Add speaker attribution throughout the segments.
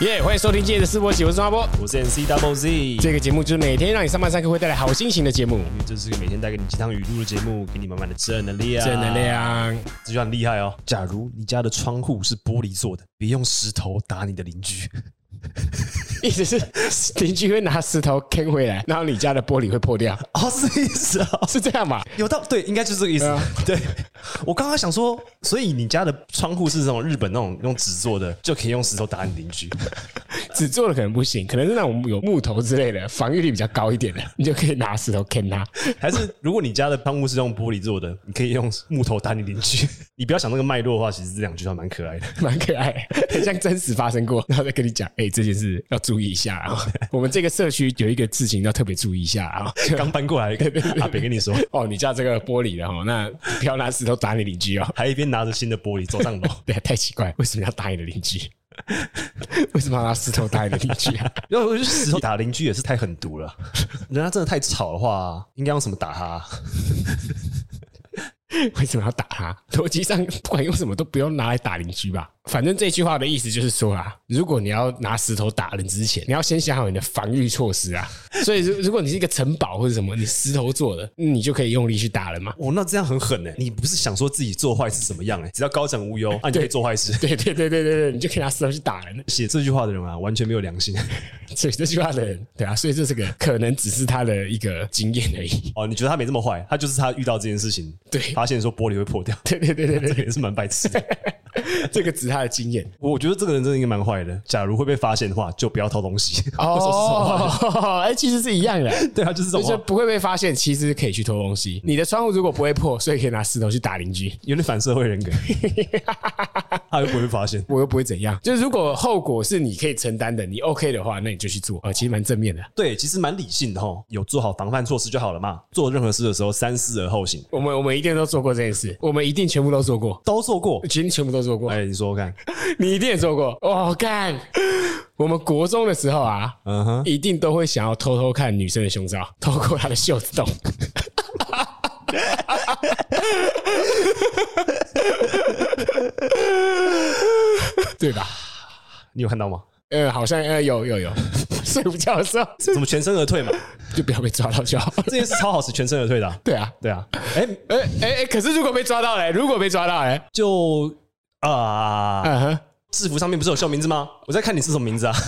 Speaker 1: 耶欢迎收听今天的世博喜，我是庄阿波。
Speaker 2: 我是 NC Double Z，
Speaker 1: 这个节目就是每天让你上班上课会带来好心情的节目，
Speaker 2: 这是个每天带给你鸡汤语录的节目，给你满满的正能量。
Speaker 1: 正能，量。
Speaker 2: 这句话很厉害哦。假如你家的窗户是玻璃做的，别用石头打你的邻居。
Speaker 1: 意思是邻居会拿石头坑回来，然后你家的玻璃会破掉，
Speaker 2: 哦，是这个意思哦，
Speaker 1: 是这样吧？
Speaker 2: 有道对，应该就是这个意思。
Speaker 1: 对啊
Speaker 2: 对，我刚刚想说，所以你家的窗户是这种日本那种用纸做的，就可以用石头打你邻 居。
Speaker 1: 纸做的可能不行，可能是那种有木头之类的，防御力比较高一点的，你就可以拿石头坑它。
Speaker 2: 还是如果你家的窗户是用玻璃做的，你可以用木头打你邻居。你不要想那个脉络的话，其实这两句话蛮可 爱的。
Speaker 1: 蛮可爱的，很像真实发生过。然后再跟你讲，哎、这件事要注意一下 啊。我们这个社区有一个事情要特别注意一 下啊。
Speaker 2: 刚搬过来，阿北跟你说，
Speaker 1: 哦，你家这个玻璃的哦，那不要拿石头打你邻居哦。
Speaker 2: 还一边拿着新的玻璃走上楼。
Speaker 1: 对，太奇怪，为什么要打你的邻居？ 为什么要拿石头打你的邻居、 啊？
Speaker 2: 因为我就石头打邻居也是太狠毒 了，人家真的太吵的话，应该用什么打他？
Speaker 1: 为什么要打他？逻辑上，不管用什么都不用拿来打邻居吧。反正这句话的意思就是说啊，如果你要拿石头打人之前，你要先想好你的防御措施啊。所以，如如果你是一个城堡或者什么，你石头做的，你就可以用力去打人嘛。
Speaker 2: 哦，那这样很狠呢、你不是想说自己做坏事怎么样、欸？只要高枕无忧，啊，你就可以做坏事。
Speaker 1: 对对对对对对，你就可以拿石头去打人。
Speaker 2: 写这句话的人啊，完全没有良 心。
Speaker 1: 所以这句话的人，对啊，所以这是个可能只是他的一个经验而已。
Speaker 2: 哦，你觉得他没这么坏，他就是他遇到这件事情，
Speaker 1: 对
Speaker 2: 发现说玻璃会破掉，
Speaker 1: 对对对对
Speaker 2: 这
Speaker 1: 对，
Speaker 2: 个也是蛮白痴的。
Speaker 1: 这个只是他的经验。
Speaker 2: 我觉得这个人真的应该蛮坏的。假如会被发现的话，就不要偷东西。
Speaker 1: 哦，哎，其实是一样的，
Speaker 2: 对啊，就是这
Speaker 1: 就
Speaker 2: 种
Speaker 1: 是
Speaker 2: 话，
Speaker 1: 不会被发现，其实可以去偷东西。你的窗户如果不会破，所以可以拿石头去打邻居，
Speaker 2: 有点反社会人 格，他又不会发现。
Speaker 1: 我又不会怎样。就是如果后果是你可以承担的，你 OK 的话，那你就去做。呃，其实蛮正面的。
Speaker 2: 对，其实蛮理性的吼，有做好防范措施就好了嘛。做任何事的时候，三思而后行，
Speaker 1: 我们我们一定都做过这件事，我们一定全部都做过，
Speaker 2: 都做过。
Speaker 1: 其实全部都做过，
Speaker 2: 哎，你说说看，
Speaker 1: 你一定也做过。哦，干！我们国中的时候啊，
Speaker 2: 嗯哼，
Speaker 1: 一定都会想要偷偷看女生的胸罩，透过她的袖子洞。 对吧？
Speaker 2: 你有看到吗？
Speaker 1: 呃，好像呃有有有， 睡午觉的时候
Speaker 2: 怎么全身而退嘛？
Speaker 1: 就不要被抓到就好。
Speaker 2: 这件事超好使，全身而退的啊、
Speaker 1: 对啊，
Speaker 2: 对啊，哎、
Speaker 1: 哎哎哎，可是如果被抓到嘞，如果被抓到嘞，
Speaker 2: 就啊、
Speaker 1: 嗯哼，
Speaker 2: 制服上面不是有绣名字吗？我在看你是什么名字啊。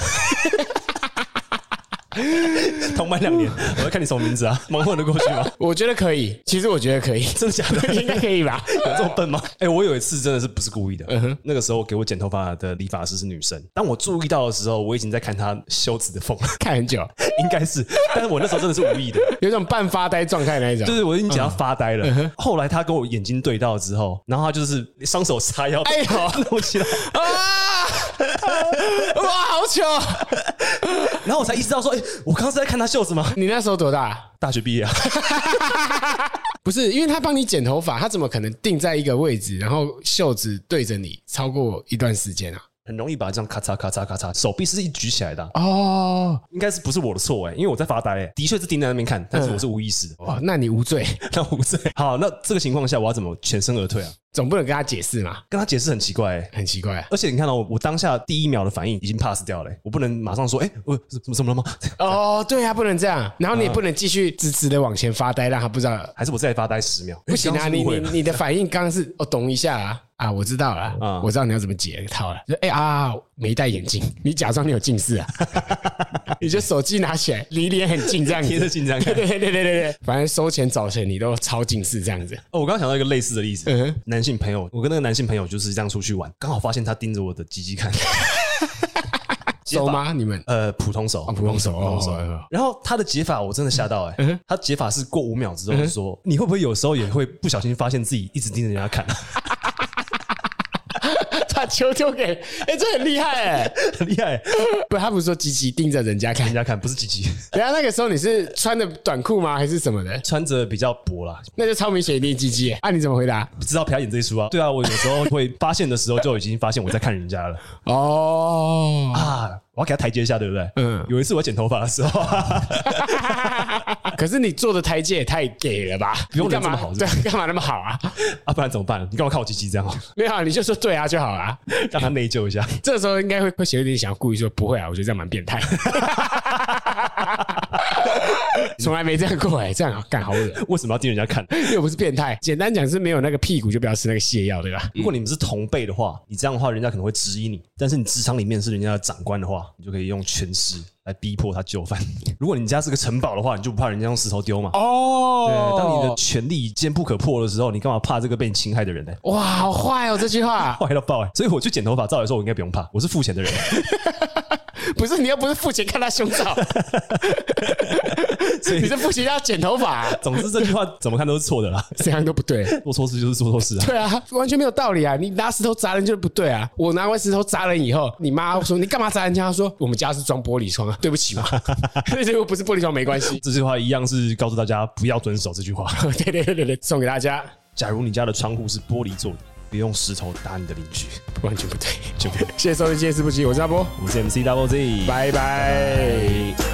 Speaker 2: 同班两年，我在看你什么名字啊？蒙混得过去吗？
Speaker 1: 我觉得可以，其实我觉得可以，
Speaker 2: 真的假的？
Speaker 1: 应该可以吧？
Speaker 2: 有 这么笨吗？嗯哎、我有一次真的是不是故意的。那个时候给我剪头发的理发师是女生，当我注意到的时候，我已经在看她袖子的缝，
Speaker 1: 看很久，
Speaker 2: 应该是，但是我那时候真的是无意 的，
Speaker 1: 有种半发呆状态那一种
Speaker 2: 就。是我已经讲到发呆了。后来她跟我眼睛对到之后，然后她就是双手叉腰，
Speaker 1: 哎呦
Speaker 2: 弄起来，
Speaker 1: 啊！哇，好糗！
Speaker 2: 然后我才意识到说，哎、我刚刚是在看她袖子吗？
Speaker 1: 你那时候多大、
Speaker 2: 大学毕业啊，
Speaker 1: 不是，因为他帮你剪头发，他怎么可能定在一个位置，然后袖子对着你超过一段时间啊？
Speaker 2: 很容易把这样咔嚓咔嚓咔嚓，手臂是一举起来的啊、
Speaker 1: 哦，
Speaker 2: 应该是不是我的错哎、因为我在发呆、哎，的确是盯在那边看，但是我是无意识的。
Speaker 1: 哇，哦那你无罪，
Speaker 2: 那我不是好，那这个情况下我要怎么全身而退啊？
Speaker 1: 总不能跟他解释嘛，
Speaker 2: 跟他解释很奇怪、欸。
Speaker 1: 很奇怪、啊。
Speaker 2: 而且你看哦到、我我当下第一秒的反应已经 pass 掉了欸、我不能马上说，哎、我怎么怎么了吗？
Speaker 1: 哦，对啊，不能这样，然后你也不能继续直直的往前发呆，让他不知道。
Speaker 2: 还是我再发呆十秒？
Speaker 1: 不行啊，
Speaker 2: 刚刚是
Speaker 1: 你
Speaker 2: 误会
Speaker 1: 你
Speaker 2: 了
Speaker 1: 你的反应刚刚是哦，懂一下啊啊，我知道了啊，
Speaker 2: 嗯
Speaker 1: 我知道你要怎么解套了。就哎、啊，没戴眼镜，你假装你有近视 啊，你就手机拿起来离脸很近这样子，
Speaker 2: 贴着近这样 看
Speaker 1: 对对对对对对，反正收钱找钱你都超近视这样子。
Speaker 2: 哦，我刚刚想到一个类似的例子，
Speaker 1: 嗯
Speaker 2: 男性朋友，我跟那个男性朋友就是这样出去玩，刚好发现他盯着我的鸡鸡看，
Speaker 1: 手吗？你们
Speaker 2: 呃，普通手，
Speaker 1: 啊，普通手哦，哦嗯
Speaker 2: 然后他的解法我真的吓到哎、他解法是过五秒之后就说，你会不会有时候也会不小心发现自己一直盯着人家看？
Speaker 1: 他 把球丢给，哎，这很厉害哎！
Speaker 2: 很 厉害。 欸
Speaker 1: 不，他不是说积极盯着人家看
Speaker 2: 人。家看不是鸡鸡，
Speaker 1: 等一下那个时候你是穿的短裤吗？还是什么的？
Speaker 2: 穿着比较薄啦，
Speaker 1: 那就超明显一定鸡鸡耶。啊，你怎么回答？
Speaker 2: 不知道陪他演这一出啊。对啊，我有时候会发现的时候就已经发现我在看人家了
Speaker 1: 哦，
Speaker 2: 啊，我要给他台阶下，对不对？
Speaker 1: 嗯
Speaker 2: 嗯。有一次我剪头发的时候， 啊
Speaker 1: 可是你做的台阶也太给了吧？
Speaker 2: 不用
Speaker 1: 你干嘛
Speaker 2: 人这么好是
Speaker 1: 对
Speaker 2: 不是，
Speaker 1: 干嘛那么好啊？
Speaker 2: 啊，不然怎么办？你干嘛看我鸡鸡这 样？
Speaker 1: 没有啊，你就说对啊就好啦。
Speaker 2: 让他内疚一下。
Speaker 1: 这时候应该会会有点想要故意说不会啊，我觉得这样蛮 变态，从来没这样过哎、这样好干好恶，
Speaker 2: 为什么要盯人家看？
Speaker 1: 又不是变态。简单讲是没有那个屁股就不要吃那个泻药，对吧？
Speaker 2: 如果你们是同辈的话，你这样的话，人家可能会质疑你；但是你职场里面是人家的长官的话，你就可以用权势来逼迫他就范。如果你家是个城堡的话，你就不怕人家用石头丢嘛？
Speaker 1: 哦
Speaker 2: 对，当你的权力坚不可破的时候，你干嘛怕这个被你侵害的人呢？
Speaker 1: 哇，好坏哦这句话，
Speaker 2: 坏到爆、欸！所以我去剪头发，照理说我应该不用怕，我是付钱的人，
Speaker 1: 不是你又不是付钱看他胸罩，
Speaker 2: 所
Speaker 1: 你
Speaker 2: 以
Speaker 1: 是付钱要剪头发、啊
Speaker 2: 总之这句话怎么看都是错的 啦，
Speaker 1: 这样都不对。
Speaker 2: 做错事就是做错事啊。
Speaker 1: 对啊，完全没有道理啊！你拿石头砸人就是不对啊！我拿完石头砸人以后，你妈说你干嘛砸人家？她说我们家是装玻璃窗啊，对不起 嘛，这个不是玻璃窗没关系。
Speaker 2: 这句话一样是告诉大家不要遵守这句话。
Speaker 1: 对对对对对，送给大家，
Speaker 2: 假如你家的窗户是玻璃做的，别用石头打你的邻居。
Speaker 1: 完全不对。谢谢收听《今天是不急》，我是阿波，
Speaker 2: 我是 MC Double Z，
Speaker 1: 拜拜